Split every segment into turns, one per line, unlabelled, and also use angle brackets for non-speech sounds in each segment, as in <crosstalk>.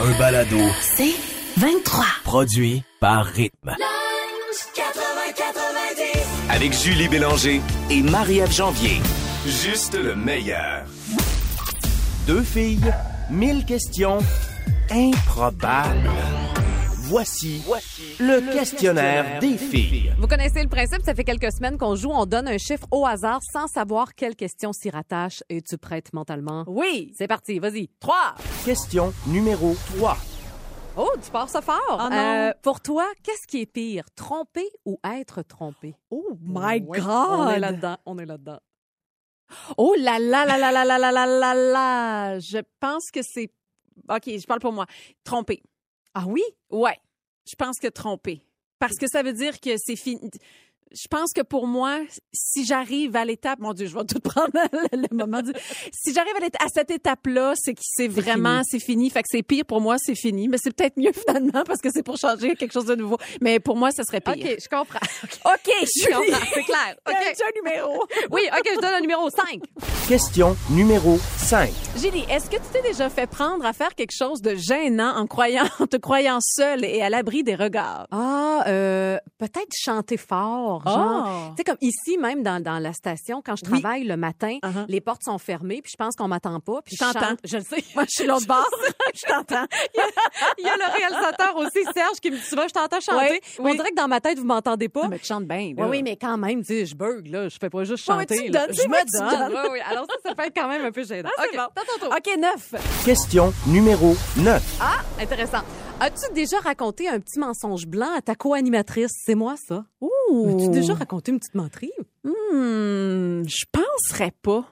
Un balado.
C'est 23.
Produit par Rythme.
Avec Julie Bélanger et Marie-Ève Janvier. Juste le meilleur.
Deux filles, mille questions improbables. Voici, le, questionnaire, des filles.
Vous connaissez le principe, ça fait quelques semaines qu'on joue, on donne un chiffre au hasard sans savoir quelle question s'y rattache. et tu prêtes mentalement?
Oui.
C'est parti, vas-y. 3.
Question numéro 3.
Oh, tu pars ça fort. Euh,
Oh non.
pour toi, qu'est-ce qui est pire, tromper ou être trompé?
Oh my
Ouais,
God.
On est là-dedans, on est là-dedans. Oh là là là là là là là là là là.
Je pense que c'est. OK, je parle pour moi. Tromper.
Ah oui?
Ouais. Je pense que tromper. Parce que ça veut dire que c'est fini. Je pense que pour moi, si j'arrive à l'étape, mon Dieu, je vais tout <laughs> prendre le le moment du. Si j'arrive à, l'éta- à cette étape-là, c'est que c'est vraiment, c'est fini. Fait que c'est pire pour moi, c'est fini. Mais c'est peut-être mieux <laughs> finalement parce que c'est pour changer quelque chose de nouveau. Mais pour moi, ça serait pire.
OK, je comprends. <laughs> OK,
OK,
je comprends, c'est clair. OK.
un numéro.
<laughs> Oui, OK, je donne le numéro 5.
Question numéro 5.
Julie, est-ce que tu t'es déjà fait prendre à faire quelque chose de gênant en, croyant, en te croyant seule et à l'abri des regards?
Ah, euh, peut-être chanter fort. Genre.
Oh.
Tu sais, comme ici, même dans, dans la station, quand je
Oui.
travaille le matin,
Uh-huh.
les portes sont fermées, puis je pense qu'on m'attend pas. Puis
Je t'entends.
chante. <laughs> Je le sais.
Moi, je suis l'autre bord. <laughs> Je t'entends.
Il y a le réalisateur aussi, Serge, qui me dit souvent, je t'entends chanter.
Ouais,
Mais On
oui.
dirait que dans ma tête, vous m'entendez pas.
Mais tu chantes bien.
Oui, oui, mais quand même, dis, je bug, là. Je fais pas juste
Ouais, mais tu
chanter.
te
là.
donnes,
je
c'est vrai que tu
me
te
donne.
donnes.
Oui, oui. Alors, ça, ça peut être quand même un peu gênant.
Ah,
OK,
c'est bon.
t'as ton tour.
OK, neuf.
Question numéro 9.
Ah, intéressant. As-tu déjà raconté un petit mensonge blanc à ta co-animatrice? C'est moi, ça.
Ouh.
As-tu déjà raconté une petite menterie?
Hmm, je penserais pas.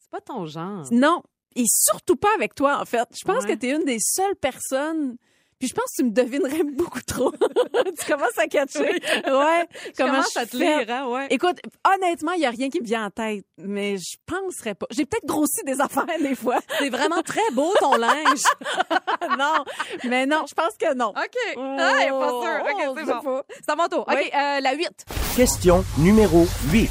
C'est pas ton genre.
Non. Et surtout pas avec toi, en fait. Je pense
Ouais.
que tu es une des seules personnes. Puis je pense que tu me devinerais <laughs> beaucoup trop. tu commences à catcher. Ouais. Comment
commence
je
à te
fais.
lire, hein, ouais.
Écoute, honnêtement, il n'y a rien qui me vient en tête, mais je penserais pas. J'ai peut-être grossi des <laughs> affaires des fois.
C'est vraiment très beau ton linge.
<laughs> non, mais non, je pense que non.
OK.
Oh,
Ah, pas sûr.
oh,
OK,
je
c'est
sais
bon.
pas.
C'est à mon tour. OK,
Oui.
euh, la 8.
Question numéro 8.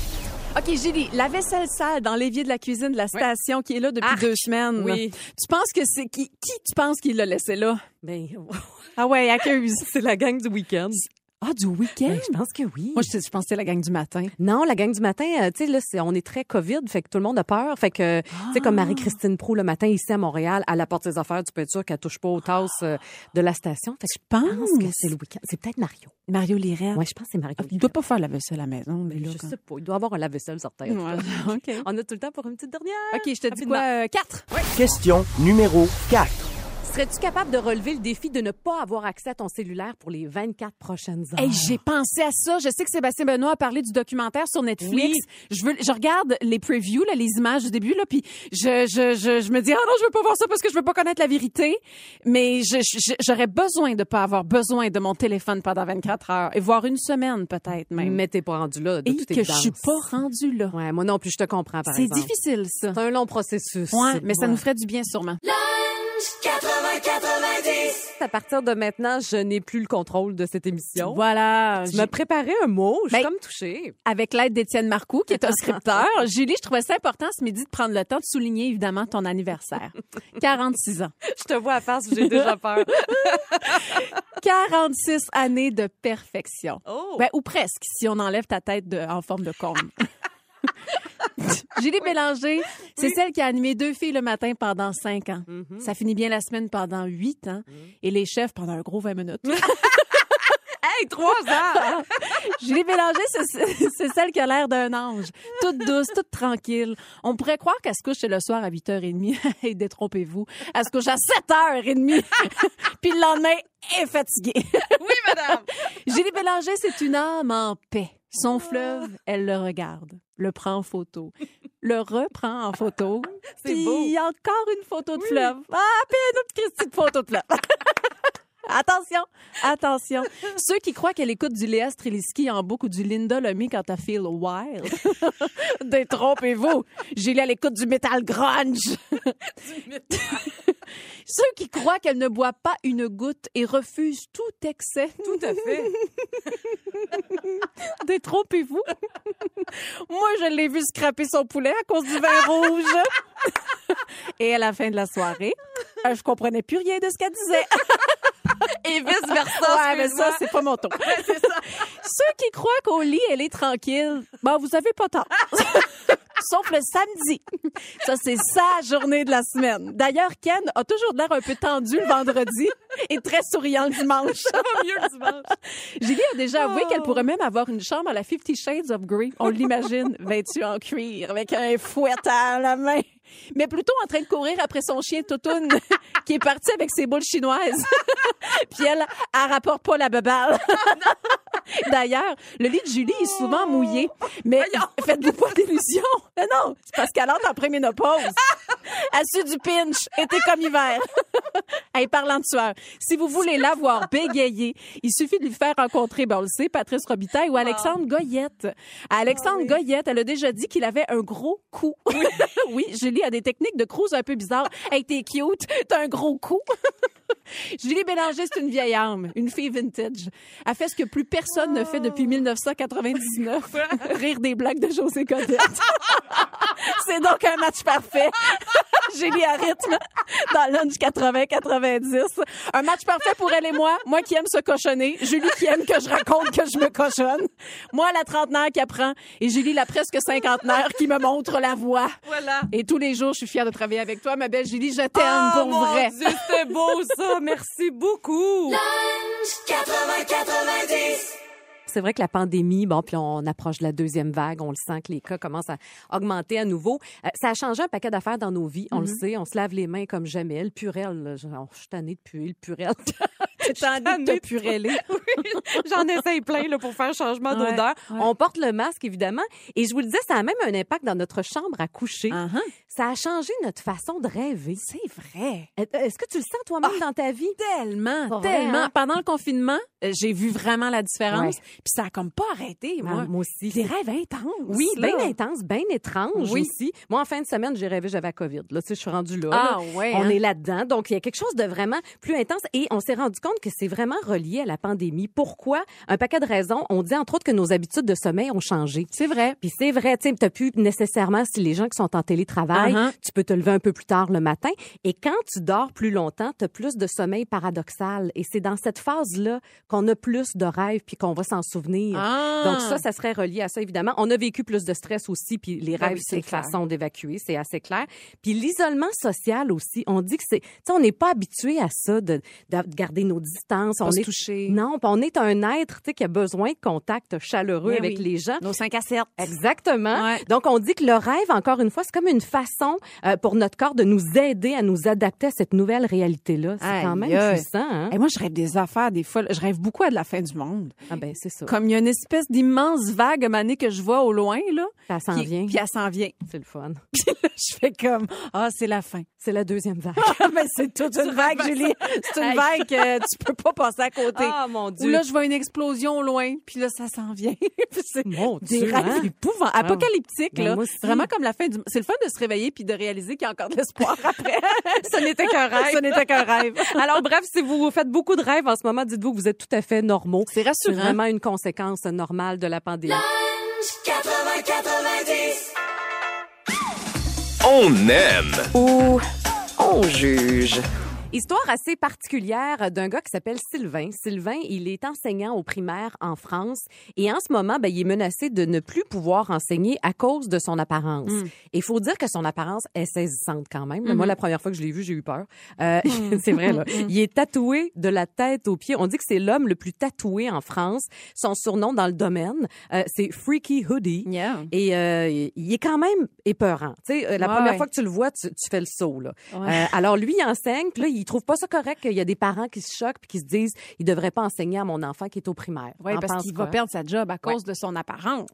OK, Julie, la vaisselle sale dans l'évier de la cuisine de la station qui est là depuis
Arc.
deux semaines.
Ah, Oui.
Tu penses que c'est qui qui tu penses qui l'a laissé là
<laughs> Ben,
Ah ouais, accuse.
<laughs> c'est la gang du week-end.
Ah du week-end.
je pense que oui.
Moi, je, je pensais la gang du matin.
Non, la gang du matin, euh, tu sais, là, c'est, on est très COVID, fait que tout le monde a peur. Fait que, euh, tu sais, comme
Ah!
Marie-Christine Prou le matin ici à Montréal, elle apporte ses affaires, tu peux être sûr qu'elle touche pas
Ah!
aux tasses euh, de la station. Fait que
Je pense
je pense que c'est le week-end. C'est peut-être Mario.
Mario Lirette.
Ouais, je pense que c'est Mario.
Ah.
Ben,
Il doit pas faire la vaisselle à la maison. lui, là,
Je
quand-
sais pas. Il doit avoir un lave-vaisselle sur terre.
<laughs> Ouais, OK.
On a tout le temps pour une petite dernière.
OK, je te dis
Rapidement.
quoi? euh, quatre.
Question numéro 4.
Serais-tu capable de relever le défi de ne pas avoir accès à ton cellulaire pour les 24 prochaines heures?
Hey, j'ai pensé à ça. Je sais que Sébastien Benoît a parlé du documentaire sur Netflix. Je veux, je regarde les previews, là, les images du début, là, puis je, je, je, je me dis, ah non, je veux pas voir ça parce que je veux pas connaître la vérité. Mais je- je- j'aurais besoin de pas avoir besoin de mon téléphone pendant 24 heures et voir une semaine peut-être même.
Mais t'es pas rendu là, de
et
toute
que je
évidence.
suis pas rendue là.
Ouais, moi non plus, je te comprends, par
C'est
exemple.
difficile ça.
C'est un long processus.
Ouais, mais ça
Ouais.
nous ferait du bien sûrement.
À partir de maintenant, je n'ai plus le contrôle de cette émission.
Voilà.
Je
j'ai-
me préparais un mot, je suis
Ben-
comme touchée.
avec l'aide d'Étienne Marcoux, qui est un scripteur. Julie, je trouvais ça important ce midi de prendre le temps de souligner évidemment ton anniversaire. 46 ans.
<laughs> Je te vois à face, j'ai <laughs> déjà peur.
46 années de perfection.
Oh!
Ouais, ou presque, si on enlève ta tête de- en forme de
<laughs>
cône. Julie Bélanger, c'est celle qui a animé deux filles le matin pendant cinq ans.
Mm-hmm.
Ça finit bien la semaine pendant huit ans et les chefs pendant un gros 20 minutes.
<laughs> hey, trois heures!
<laughs> Julie Bélanger, c'est c'est celle qui a l'air d'un ange. Toute douce, toute tranquille. On pourrait croire qu'elle se couche le soir à 8h30. <laughs> Et détrompez-vous, elle se couche à 7h30. Puis le lendemain, elle est fatiguée.
<laughs> oui, madame!
Julie Bélanger, c'est une âme en paix. Son fleuve, elle le regarde, le prend en photo, le reprend en photo.
C'est
Puis
beau.
encore une photo de fleuve. <laughs> Ah, à peine une petite Christie de photo de flop. Attention, attention. Ceux qui croient qu'elle écoute du Léa Streliski en boucle ou du Linda Lemay quand t'as feel wild,
<laughs>
détrompez-vous. Julie, elle écoute du metal grunge. Ceux qui croient qu'elle ne boit pas une goutte et refuse tout excès. Tout à fait. <laughs> Détrompez-vous. Moi, je l'ai vu scraper son poulet à cause du vin rouge.
<laughs>
Et à la fin de la soirée, euh, je comprenais plus rien de ce qu'elle disait.
<laughs> Et vice-versa.
Ouais, mais
excuse-moi.
ça, c'est pas mon
<laughs>
ton.
c'est ça.
Ceux qui croient qu'au lit, elle est tranquille, ben, vous avez pas
<laughs>
tort. Sauf le samedi. Ça, c'est sa journée de la semaine. D'ailleurs, Ken a toujours l'air un peu tendu le vendredi et très souriant le dimanche.
mieux le dimanche. Oh.
Julie a déjà avoué qu'elle pourrait même avoir une chambre à la Fifty Shades of Grey. On l'imagine, vêtue en cuir, avec un fouet à la main. Mais plutôt en train de courir après son chien Totoun, qui est parti avec ses boules chinoises. Puis elle, elle rapporte pas la bebelle. D'ailleurs, le lit de Julie est souvent mouillé. Mais faites-vous pas d'illusions. Mais non, c'est parce qu'elle entre en préménopause. Elle suit du pinch, été comme hiver. <laughs> hey, parlant de sueur, si vous voulez la voir bégayer, il suffit de lui faire rencontrer, ben on le sait, Patrice Robitaille ou Alexandre Goyette. À Alexandre Goyette, elle a déjà dit qu'il avait un gros cou. <laughs> Oui. Julie a des techniques de cruise un peu bizarres. Hey, t'es cute, t'as un gros cou. <laughs> Julie Bélanger, c'est une vieille âme, une fille vintage. Elle fait ce que plus personne ne fait
<laughs>
depuis 1999. Rire des blagues de José Codette. <laughs> c'est donc un match parfait. <laughs> Julie à rythme dans l'âge 80-90. Un match parfait pour elle et moi. Moi qui aime se cochonner. Julie qui aime que je raconte que je me cochonne. Moi, la trentenaire qui apprend. Et Julie, la presque cinquantenaire qui me montre la voie.
Voilà.
Et tous les jours, je suis fière de travailler avec toi, ma belle Julie. Je t'aime
Oh,
pour
mon
vrai.
Dieu, c'était beau
<laughs>
ça. Merci beaucoup.
C'est vrai que la pandémie, bon, puis on approche de la deuxième vague, on le sent que les cas commencent à augmenter à nouveau. Euh, ça a changé un paquet d'affaires dans nos vies, on
Mhm.
le sait. On se lave les mains comme jamais. Le purel, là, je oh, je suis tannée de puer, le
<laughs>
purel. Je suis tannée de te pureler.
J'en essaye plein là, pour faire changement
Ouais,
d'odeur.
ouais. On porte le masque, évidemment. Et je vous le disais, ça a même un impact dans notre chambre à coucher.
Ah.
Uh-huh.
Ça a changé notre façon de rêver.
C'est vrai. Ah,
Est-ce que tu le sens toi-même dans ta vie?
Tellement,
Pas vrai,
tellement.
hein?
Pendant le confinement, euh, j'ai vu vraiment la différence.
Ouais.
Puis ça a comme pas arrêté,
Ah,
moi.
moi aussi.
Des rêves intenses.
Oui,
là.
bien intense, bien étrange
Oui.
aussi. Moi, en fin de semaine, j'ai rêvé, j'avais la COVID. Là, tu sais, je suis rendue là.
Ah
là.
ouais,
On
hein?
est là-dedans. Donc, il y a quelque chose de vraiment plus intense et on s'est rendu compte que c'est vraiment relié à la pandémie. Pourquoi? Un paquet de raisons. On dit, entre autres, que nos habitudes de sommeil ont changé.
C'est vrai.
Puis c'est vrai, tu sais, t'as plus nécessairement, si les gens qui sont en télétravail,
Uh-huh.
tu peux te lever un peu plus tard le matin. Et quand tu dors plus longtemps, t'as plus de sommeil paradoxal. Et c'est dans cette phase-là qu'on a plus de rêves puis qu'on va s'en souvenir.
Ah.
Donc ça, ça serait relié à ça, évidemment. On a vécu plus de stress aussi, puis les
Ah
rêves,
oui,
c'est une
c'est clair.
façon d'évacuer, c'est assez clair. Puis l'isolement social aussi, on dit que c'est... Tu sais, on n'est pas habitué à ça, de, de garder nos distances. on
se
est
toucher.
Non, puis on est un être, tu sais, qui a besoin de contact chaleureux
Mais
avec
Eh oui.
les gens.
Nos 5 à 7.
Exactement.
Ouais.
Donc, on dit que le rêve, encore une fois, c'est comme une façon euh, pour notre corps de nous aider à nous adapter à cette nouvelle réalité-là. C'est quand même
Aïe, aïe. Eh
puissant. Hein?
Et moi, je rêve des affaires, des fois. là. Je rêve beaucoup à de la fin du monde.
Ah ben, c'est ça.
Comme il y a une espèce d'immense vague manée que je vois au loin, là.
Ça s'en
qui-
vient.
Puis elle s'en vient. <laughs>
C'est le fun.
je fais comme, ah, c'est la fin. <laughs>
C'est la deuxième vague.
mais c'est
<laughs>
toute une vague, Julie. C'est une vague que tu peux pas passer à côté.
Ah, mon Dieu.
Ou là, je vois une explosion au loin, puis là, ça s'en vient. <laughs> Puis c'est
Mon
des
Dieu,
rêves
hein?
épouvantables, apocalyptiques,
Ben,
là.
moi aussi.
Vraiment comme la fin du... C'est le fun de se réveiller puis de réaliser qu'il y a encore de l'espoir
<laughs>
après. Ce n'était qu'un rêve. Ce n'était qu'un rêve. <laughs>
Alors, bref, si vous faites beaucoup de rêves en ce moment, dites-vous que vous êtes tout à fait normaux.
C'est rassurant.
C'est vraiment une conséquence normale de la pandémie.
On aime.
Histoire assez particulière d'un gars qui s'appelle Sylvain. Sylvain, il est enseignant au primaire en France et en ce moment, ben, il est menacé de ne plus pouvoir enseigner à cause de son apparence.
Hmm.
Et il faut dire que son apparence est saisissante quand même.
Mhm.
Moi, la première fois que je l'ai vu, j'ai eu peur. Euh,
Hmm.
<laughs> c'est vrai, là. Il est tatoué de la tête aux pieds. On dit que c'est l'homme le plus tatoué en France. Son surnom dans le domaine, euh, c'est Freaky Hoodie.
Yeah.
Et euh, il est quand même épeurant. Tu sais, euh, la
Ouais,
première
ouais.
fois que tu le vois, tu, tu fais le saut. Là.
Ouais.
Euh, alors lui, il enseigne, puis là, il, ils trouvent pas ça correct qu'il y a des parents qui se choquent puis qui se disent il devrait pas enseigner à mon enfant qui est au primaire.
Oui,
T'en
parce
penses
qu'il
quoi?
va perdre sa job à cause de son apparence.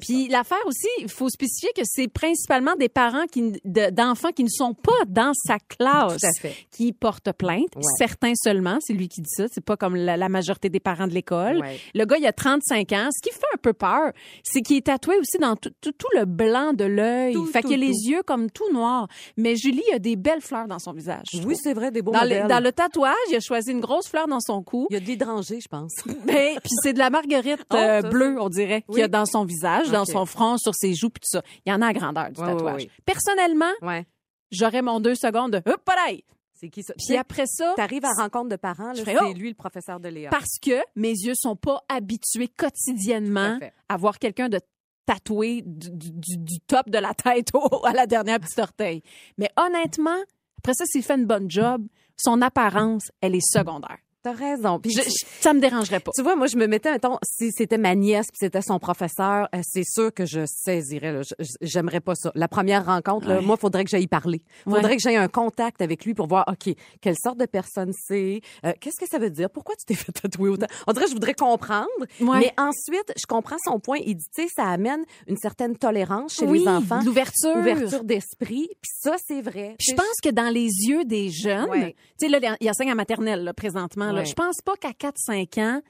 Puis l'affaire aussi, il faut spécifier que c'est principalement des parents qui, n- de- d'enfants qui ne sont pas dans sa classe
Tout à fait.
qui portent plainte.
Ouais.
Certains seulement, c'est lui qui dit ça. C'est pas comme la, la majorité des parents de l'école.
Ouais.
Le gars, il a 35 ans. Ce qui fait un peu peur, c'est qu'il est tatoué aussi dans tout, tout- tout le blanc de l'œil.
Tout,
Fait
tout,
qu'il a les
tout.
yeux comme tout noirs. Mais Julie a des belles fleurs dans son visage. je
Oui,
trouve.
c'est vrai, des beaux
Dans,
modèles.
le- dans le tatouage, il a choisi une grosse fleur dans
<laughs>
son cou.
Il y a de l'hydrangé, je
<laughs>
pense.
Ben, puis c'est de la marguerite
Oh,
euh,
ça,
bleue, on dirait,
Oui.
qu'il y a dans son visage, dans
Ok.
son front, sur ses joues, puis tout ça. Il y en a à grandeur du
Ouais, ouais,
tatouage.
ouais.
Personnellement,
Ouais.
j'aurais mon deux secondes de hop pareil.
C'est qui ça?
Puis après ça,
T'arrives à rencontre de parents, là,
Je
c'est
ferais, oh!
lui le professeur de Léa.
parce que mes yeux sont pas habitués quotidiennement
Tout à fait.
à voir quelqu'un de tatoué du, du- du- du top de la tête au- à la dernière petite orteil. Mais honnêtement, après ça, s'il fait une bonne job, son apparence, elle est secondaire.
T'as raison. Puis
Je-
tu-
je- ça me dérangerait pas.
Tu vois, moi, je me mettais, mettons, si c'était ma nièce puis c'était son professeur, euh, c'est sûr que je saisirais. là. Je- je- J'aimerais pas ça. La première rencontre, là,
Ouais.
moi, faudrait que j'aille parler. Faudrait
Ouais.
que j'aie un contact avec lui pour voir, OK, quelle sorte de personne c'est, euh, qu'est-ce que ça veut dire, pourquoi tu t'es <laughs> fait tatouer autant. On dirait que je voudrais comprendre,
Ouais.
mais ensuite, je comprends son point. Il dit, tu sais, ça amène une certaine tolérance chez
Oui,
les enfants.
l'ouverture.
Ouverture d'esprit, puis ça, c'est vrai.
Puis je pense que dans les yeux des jeunes,
Ouais.
tu sais, là, il enseigne en maternelle, là, présentement. Là.
Ouais.
Je pense pas qu'à 4-5 ans,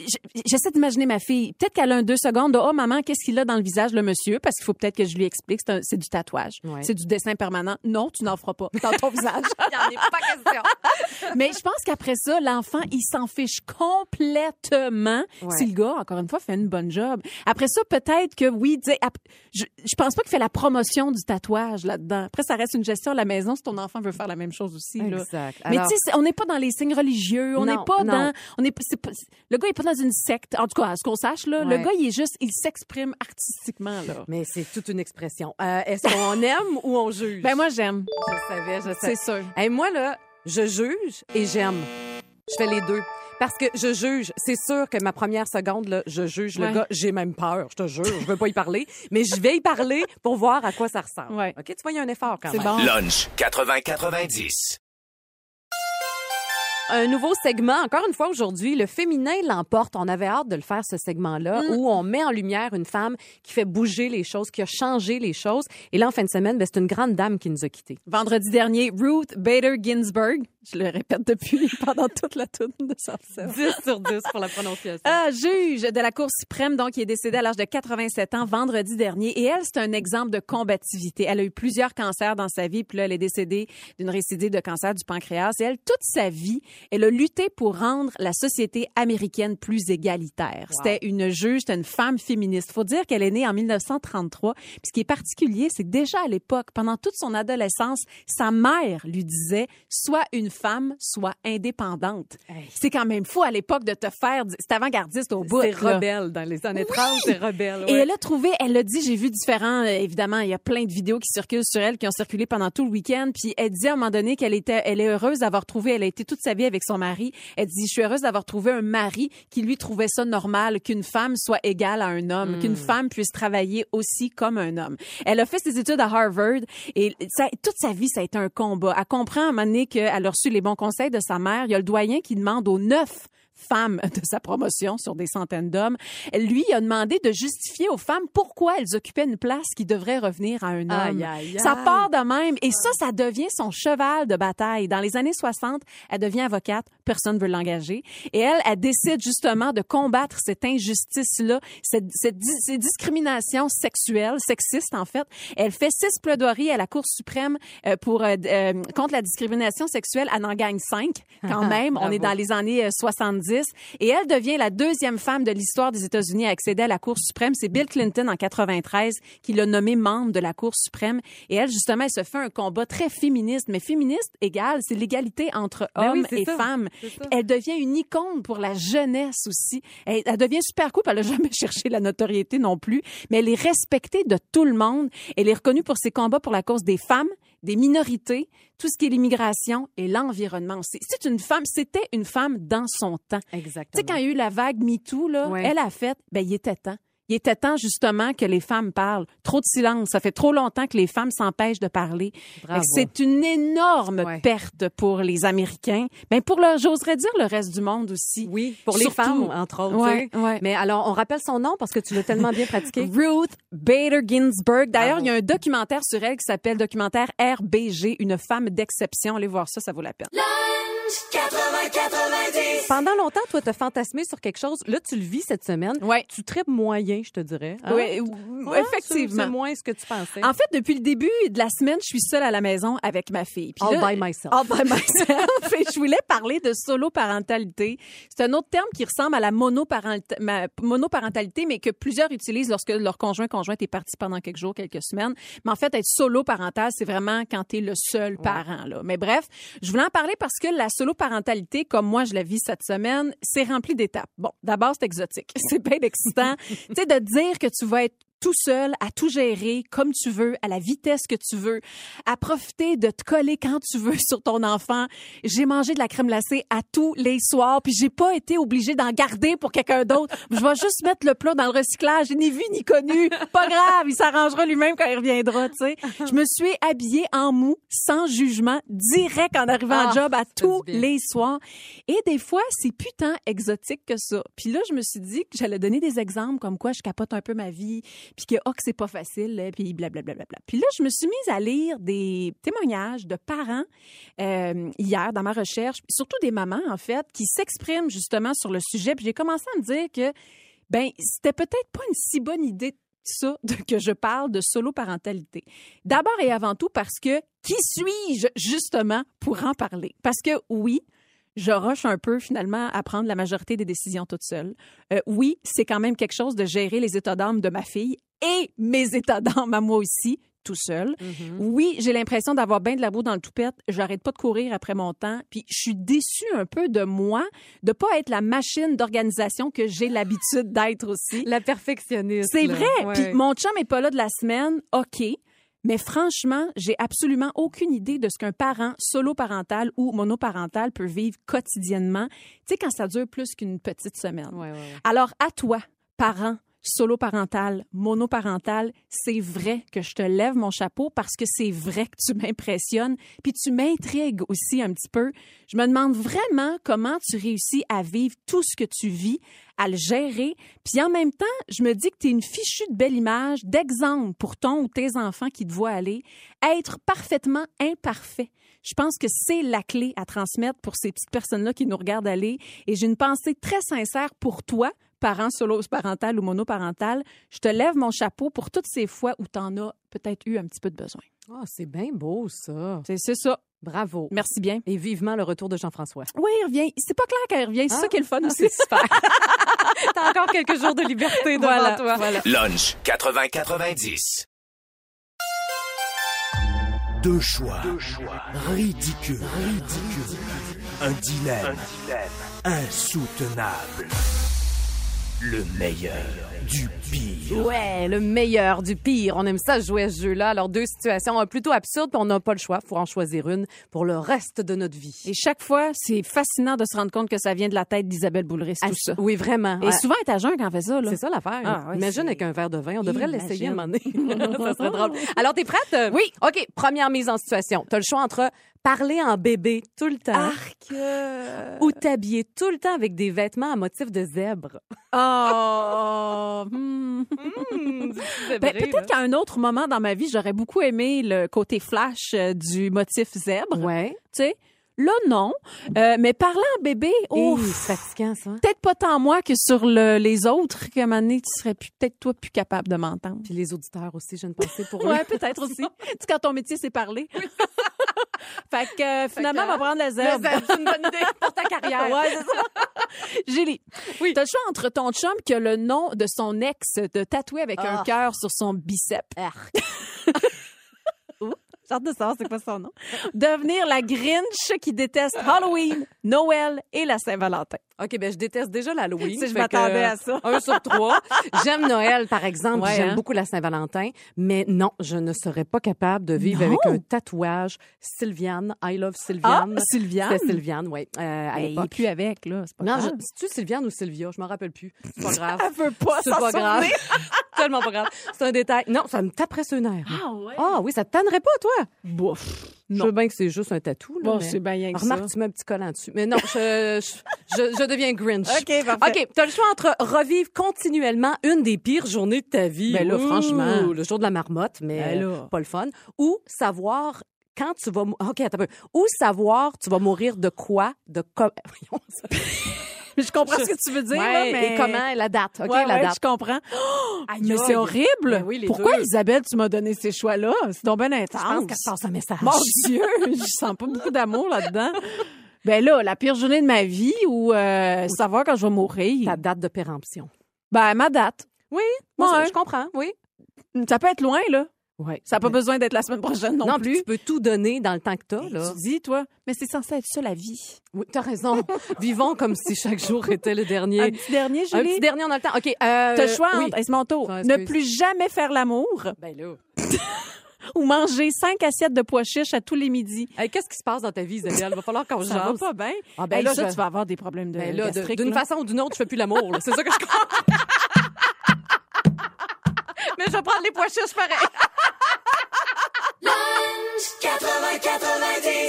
j- j'essaie d'imaginer ma fille. Peut-être qu'elle a un deux secondes de Oh, maman, qu'est-ce qu'il a dans le visage, le monsieur? Parce qu'il faut peut-être que je lui explique. C'est un- C'est du tatouage.
Ouais.
C'est du dessin permanent. Non, tu n'en feras pas dans ton <laughs> visage.
Il n'y en est pas question.
Mais je pense qu'après ça, l'enfant, il s'en fiche complètement
Ouais.
si le gars, encore une fois, fait une bonne job. Après ça, peut-être que oui, tu sais, ap- je, je pense pas qu'il fait la promotion du tatouage là-dedans. Après, ça reste une gestion à la maison si ton enfant veut faire la même chose aussi. là.
<laughs> Exact.
Mais
Alors-
tu sais, c'est- on n'est pas dans les signes religieux, on
Non,
n'est pas
non.
dans, on est, c'est pas- le gars est pas dans une secte. En tout cas, à ce qu'on sache là,
Ouais.
le gars il est juste, il s'exprime artistiquement là.
Mais c'est toute une expression. Euh, Est-ce <laughs> qu'on aime ou on juge?
Ben moi j'aime,
je savais, je
c'est
savais.
sûr.
Hey, moi, là, je juge et j'aime. Je fais les deux. Parce que je juge. C'est sûr que ma première seconde, là, je juge
Ouais.
le gars. J'ai même peur, je te jure. Je veux pas y parler. Mais je vais y parler pour voir à quoi ça ressemble.
Ouais.
OK? Tu vois, il y a un effort quand
C'est
même.
bon.
Lunch 80-90.
Un nouveau segment, encore une fois aujourd'hui, le féminin l'emporte. On avait hâte de le faire, ce segment-là,
Mm.
où on met en lumière une femme qui fait bouger les choses, qui a changé les choses. Et là, en fin de semaine, ben, c'est une grande dame qui nous a quittés.
Vendredi dernier, Ruth Bader Ginsburg, je le répète depuis <laughs> pendant toute la tournée de Sarcelles.
10 sur 10 pour la prononciation.
Ah, juge de la Cour suprême, donc, qui est décédée à l'âge de 87 ans vendredi dernier. Et elle, c'est un exemple de combativité. Elle a eu plusieurs cancers dans sa vie, puis là, elle est décédée d'une récidive de cancer du pancréas. Et elle, toute sa vie, elle a lutté pour rendre la société américaine plus égalitaire. C'était une juge, c'était une femme féministe. Faut dire qu'elle est née en 1933. Puis ce qui est particulier, c'est que déjà à l'époque, pendant toute son adolescence, sa mère lui disait, soit une femme, soit indépendante.
Hey.
C'est quand même fou à l'époque de te faire. di- C'est avant-gardiste au bout.
C'est
là.
rebelle dans les années 30, c'est rebelle.
Et
ouais.
elle a trouvé, elle a dit, j'ai vu différents, euh, évidemment, il y a plein de vidéos qui circulent sur elle, qui ont circulé pendant tout le week-end. Puis elle dit à un moment donné qu'elle était, elle est heureuse d'avoir trouvé, elle a été toute sa vie avec son mari. Elle dit, je suis heureuse d'avoir trouvé un mari qui lui trouvait ça normal qu'une femme soit égale à un homme, qu'une femme puisse travailler aussi comme un homme. Elle a fait ses études à Harvard et ça- toute sa vie, ça a été un combat. Elle comprend à un moment donné qu'elle a reçu les bons conseils de sa mère. Il y a le doyen qui demande aux neuf femmes <laughs> de sa promotion sur des centaines d'hommes. Lui il a demandé de justifier aux femmes pourquoi elles occupaient une place qui devrait revenir à un homme.
Aïe, aïe, aïe.
Ça part de même. Et ça, ça devient son cheval de bataille. Dans les années 60, elle devient avocate. Personne ne veut l'engager. Et elle, elle décide justement de combattre cette injustice-là, cette, cette di- ces discriminations sexuelles, sexistes en fait. Elle fait six plaidoiries à la Cour suprême euh, pour euh, d- euh, contre la discrimination sexuelle. Elle en gagne cinq
<laughs>
quand même. On est
Bravo.
dans les années euh, 70. Et elle devient la deuxième femme de l'histoire des États-Unis à accéder à la Cour suprême. C'est Bill Clinton en 93 qui l'a nommée membre de la Cour suprême. Et elle, justement, elle se fait un combat très féministe. Mais féministe égale, c'est l'égalité entre
Ben oui,
hommes
c'est
et
ça.
femmes. Puis Elle devient une icône pour la jeunesse aussi. Elle, elle devient super cool. puis Elle n'a jamais <laughs> cherché la notoriété non plus. Mais elle est respectée de tout le monde. Elle est reconnue pour ses combats pour la cause des femmes, des minorités, tout ce qui est l'immigration et l'environnement aussi. C'est une femme, c'était une femme dans son temps. Tu sais,
Exactement.
quand il y a eu la vague MeToo, là,
Ouais.
elle a fait, ben, il était temps. Il était temps, justement, que les femmes parlent. Trop de silence. Ça fait trop longtemps que les femmes s'empêchent de parler.
Bravo.
Fait que C'est une énorme
Ouais.
perte pour les Américains. Mais pour leur, j'oserais dire, le reste du monde aussi.
Oui, pour les
Surtout.
femmes, entre autres.
Ouais,
tu sais.
ouais.
Mais alors, on rappelle son nom parce que tu l'as tellement bien pratiqué.
<laughs> Ruth Bader Ginsburg. D'ailleurs, il y a un documentaire sur elle qui s'appelle documentaire RBG, une femme d'exception. Allez voir ça, ça vaut la peine.
Pendant longtemps, toi, t'as fantasmé sur quelque chose. Là, tu le vis cette semaine.
Ouais.
Tu tripes moyen, je te dirais. hein?
Oui, ou-
Hein? C'est
Ah effectivement.
c'est moins ce que tu pensais.
En fait, depuis le début de la semaine, je suis seule à la maison avec ma fille. Puis
All
là-
Oh, by myself.
All
<laughs>
by <laughs> myself. Et je voulais parler de solo-parentalité. C'est un autre terme qui ressemble à la monoparenta- ma- monoparentalité, mais que plusieurs utilisent lorsque leur conjoint conjointe est parti pendant quelques jours, quelques semaines. Mais en fait, être solo-parental, c'est vraiment quand tu es le seul parent. Là. Mais bref, je voulais en parler parce que la solo-parentalité, comme moi je la vis cette semaine, c'est rempli d'étapes. Bon, d'abord, c'est exotique. <laughs> C'est bien excitant. tu sais, de dire que tu vas être tout seul, à tout gérer comme tu veux, à la vitesse que tu veux, à profiter de te coller quand tu veux <laughs> sur ton enfant. J'ai mangé de la crème glacée à tous les soirs, puis j'ai pas été obligée d'en garder pour quelqu'un d'autre. <laughs> Je vais juste mettre le plat dans le recyclage, ni vu ni connu. Pas grave, il s'arrangera lui-même quand il reviendra, tu sais. Je me suis habillée en mou, sans jugement, direct en arrivant
Ah,
au job à
fait du
tous
bien.
les soirs. Et des fois, c'est putain exotique que ça. Puis là, je me suis dit que j'allais donner des exemples comme quoi je capote un peu ma vie, puis que, oh, que c'est pas facile, là, puis blablabla. Puis là, je me suis mise à lire des témoignages de parents euh, hier dans ma recherche, surtout des mamans, en fait, qui s'expriment justement sur le sujet. Puis j'ai commencé à me dire que, ben, c'était peut-être pas une si bonne idée ça <laughs> de- que je parle de solo parentalité. D'abord et avant tout parce que qui suis-je justement pour en parler Parce que oui, je rush un peu finalement à prendre la majorité des décisions toute seule. Euh, oui, c'est quand même quelque chose de gérer les états d'âme de ma fille et mes états d'âme à moi aussi tout seul. Oui, j'ai l'impression d'avoir bien de la boue dans le toupette. J'arrête pas de courir après mon temps. Puis je suis déçue un peu de moi, de pas être la machine d'organisation que j'ai l'habitude d'être aussi.
la perfectionniste.
C'est
là.
vrai.
Ouais.
Puis mon chum est pas là de la semaine, OK. Mais franchement, j'ai absolument aucune idée de ce qu'un parent solo parental ou monoparental peut vivre quotidiennement, tu sais quand ça dure plus qu'une petite semaine.
Ouais, ouais, ouais.
Alors à toi, parent solo parental, monoparental, c'est vrai que je te lève mon chapeau parce que c'est vrai que tu m'impressionnes, puis tu m'intrigues aussi un petit peu. Je me demande vraiment comment tu réussis à vivre tout ce que tu vis, à le gérer, puis en même temps, je me dis que tu es une fichue de belle image, d'exemple pour ton ou tes enfants qui te voient aller, être parfaitement imparfait. Je pense que c'est la clé à transmettre pour ces petites personnes-là qui nous regardent aller. Et j'ai une pensée très sincère pour toi, parent solo parental ou monoparental. Je te lève mon chapeau pour toutes ces fois où tu en as peut-être eu un petit peu de besoin.
Ah, c'est bien beau, ça.
C'est c'est ça.
Bravo.
Merci bien.
Et vivement le retour de Jean-François.
Oui, il revient. C'est pas clair qu'il revient. C'est
Ah.
ça qui est le fun
Ah,
aussi.
super. <laughs> T'as encore quelques jours de liberté devant
Voilà,
toi. Voilà.
Lunch 80-90.
Deux choix. Ridicule. Ridicule. Un dilemme. Insoutenable.
Le meilleur.
Du pire.
Ouais, le meilleur du pire. On aime ça jouer à ce jeu-là. Alors, deux situations euh, plutôt absurdes, puis on n'a pas le choix. Faut en choisir une pour le reste de notre vie.
Et chaque fois, c'est fascinant de se rendre compte que ça vient de la tête d'Isabelle Boulris, tout ça.
Oui, vraiment.
Et
Ouais.
souvent, elle est à jeun quand elle fait ça. Là.
C'est ça l'affaire.
Ah, ouais,
Imagine
c'est-
avec un verre de vin. On devrait
Imagine.
l'essayer à un
<laughs>
moment donné. <laughs> ça serait drôle. Alors, t'es prête? Oui. OK, première mise en situation. T'as le choix entre parler en bébé tout le temps
Arc.
ou t'habiller tout le temps avec des vêtements à motif de
<laughs>
zèbre.
Oh.
<laughs>
hmm. Ben,
hein.
peut-être qu'à un autre moment dans ma vie, j'aurais beaucoup aimé le côté flash euh, du motif zèbre.
Ouais.
Tu sais, là, non. Euh, mais parlant bébé,
Ouf.
ouf,
c'est fatigant, ça.
peut-être pas tant moi que sur le- les autres, qu'à un moment donné, tu serais plus- peut-être toi plus capable de m'entendre.
Puis les auditeurs aussi, je ne pensais pour eux.
Ouais, peut-être <laughs> aussi. tu sais, quand ton métier, c'est parler. <laughs> fait que euh, finalement,
que,
on va prendre la zèbre.
c'est une bonne
<laughs>
idée pour ta carrière.
Ouais, c'est ça. <laughs> Julie,
Oui.
t'as le choix entre ton chum qui a le nom de son ex de tatoué avec
Ah.
un cœur sur son biceps. <laughs> J'ai hâte de savoir c'est quoi son <laughs> nom. Devenir la Grinch qui déteste Halloween, Noël et la Saint-Valentin.
OK, ben je déteste déjà l'Halloween.
Si je
fait
m'attendais
que euh,
à ça.
Un sur
<laughs>
trois. J'aime Noël, par exemple. puis
Ouais,
J'aime
hein?
beaucoup la Saint-Valentin. Mais non, je ne serais pas capable de vivre
Non?
avec un tatouage Sylviane. I love Sylviane.
Ah, Sylviane?
C'était Sylviane, oui. Euh, à
Mais il est
l'époque.
plus avec, là. C'est pas
Non,
grave.
je- c'est-tu Sylviane ou Sylvia? Je m'en rappelle plus. C'est
<laughs>
pas grave.
Elle veut pas
C'est
s'en
pas grave.
souvenir.
<laughs> Tellement pas grave. C'est un détail. Non, ça me taperait sur une nerf. là.
Ah ouais?
Ah oui, ça te tannerait pas, toi?
Bouf.
Je veux bien que c'est juste un tatou. là,
Bon,
mais-
c'est bien rien que
Remarque,
ça.
tu mets un petit collant dessus. Mais non, je, je, je- je deviens Grinch.
<laughs> OK, parfait.
OK, tu as le choix entre revivre continuellement une des pires journées de ta vie.
Ben là,
Ouh,
franchement.
Le jour de la marmotte, mais
Ben là.
euh, pas le fun. Ou savoir quand tu vas... mou- OK, attends un peu. Ou savoir tu vas mourir de quoi, de com- <laughs> Voyons, ça-
<laughs> Je comprends ce que tu veux dire, là,
Ouais,
mais...
Et comment, la date. OK,
Ouais,
la
ouais,
date.
je comprends. <gasps>
Aïe,
Mais
aïe.
c'est horrible.
Ben oui, les
Pourquoi,
deux.
Isabelle, tu m'as donné ces choix-là? C'est donc bien intense.
Je pense qu'elle passe un message.
<laughs> Mon Dieu, je sens pas beaucoup d'amour là-dedans. Ben là, la pire journée de ma vie ou euh, savoir quand je vais mourir.
Ta date de péremption.
Ben, ma date.
Oui,
moi,
moi,
je-
je comprends, oui.
Ça peut être loin, là.
Ouais.
Ça n'a pas besoin d'être la semaine prochaine non,
Non, puis
plus.
tu peux tout donner dans le temps que t'as, là.
Tu dis, toi, mais c'est censé être ça, la vie.
Oui, t'as
<laughs>
raison. Vivons comme si chaque jour était le dernier.
Un petit dernier,
Un
Julie.
petit dernier, on a le temps. OK. Euh,
T'as le choix
oui.
entre, est-ce mon tour?
Enfin,
ne
excuse.
plus jamais faire l'amour
Ben là.
ou manger cinq assiettes de pois chiches à tous les midis.
Hey, Qu'est-ce qui se passe dans ta vie, Isabelle? Va falloir qu'on
Ça va
jase.
pas bien.
Ah, ben
Hey,
là,
ça,
je-
tu vas avoir des problèmes de
Ben là, de-
gastrique,
d'une
là.
façon ou d'une autre, je fais plus l'amour. là. C'est ça que je comprends. Mais je vais prendre les pois chiches pareil.
Ah,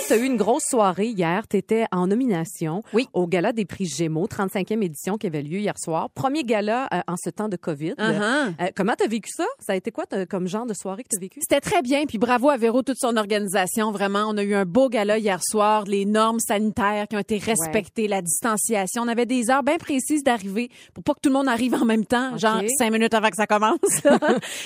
Tu as eu une grosse soirée hier. Tu étais en nomination
Oui.
au Gala des Prix Gémeaux, 35e édition qui avait lieu hier soir. Premier gala euh, en ce temps de COVID.
Uh-huh.
Euh, comment tu as vécu ça? Ça a été quoi t'as- comme genre de soirée que tu as
<laughs>
vécu?
C'était très bien, puis bravo à Véro, toute son organisation. Vraiment, on a eu un beau gala hier soir, les normes sanitaires qui ont été respectées, la distanciation. On avait des heures bien précises d'arrivée pour pas que tout le monde arrive en même temps,
Ok.
genre cinq minutes avant que
<laughs>
ça commence.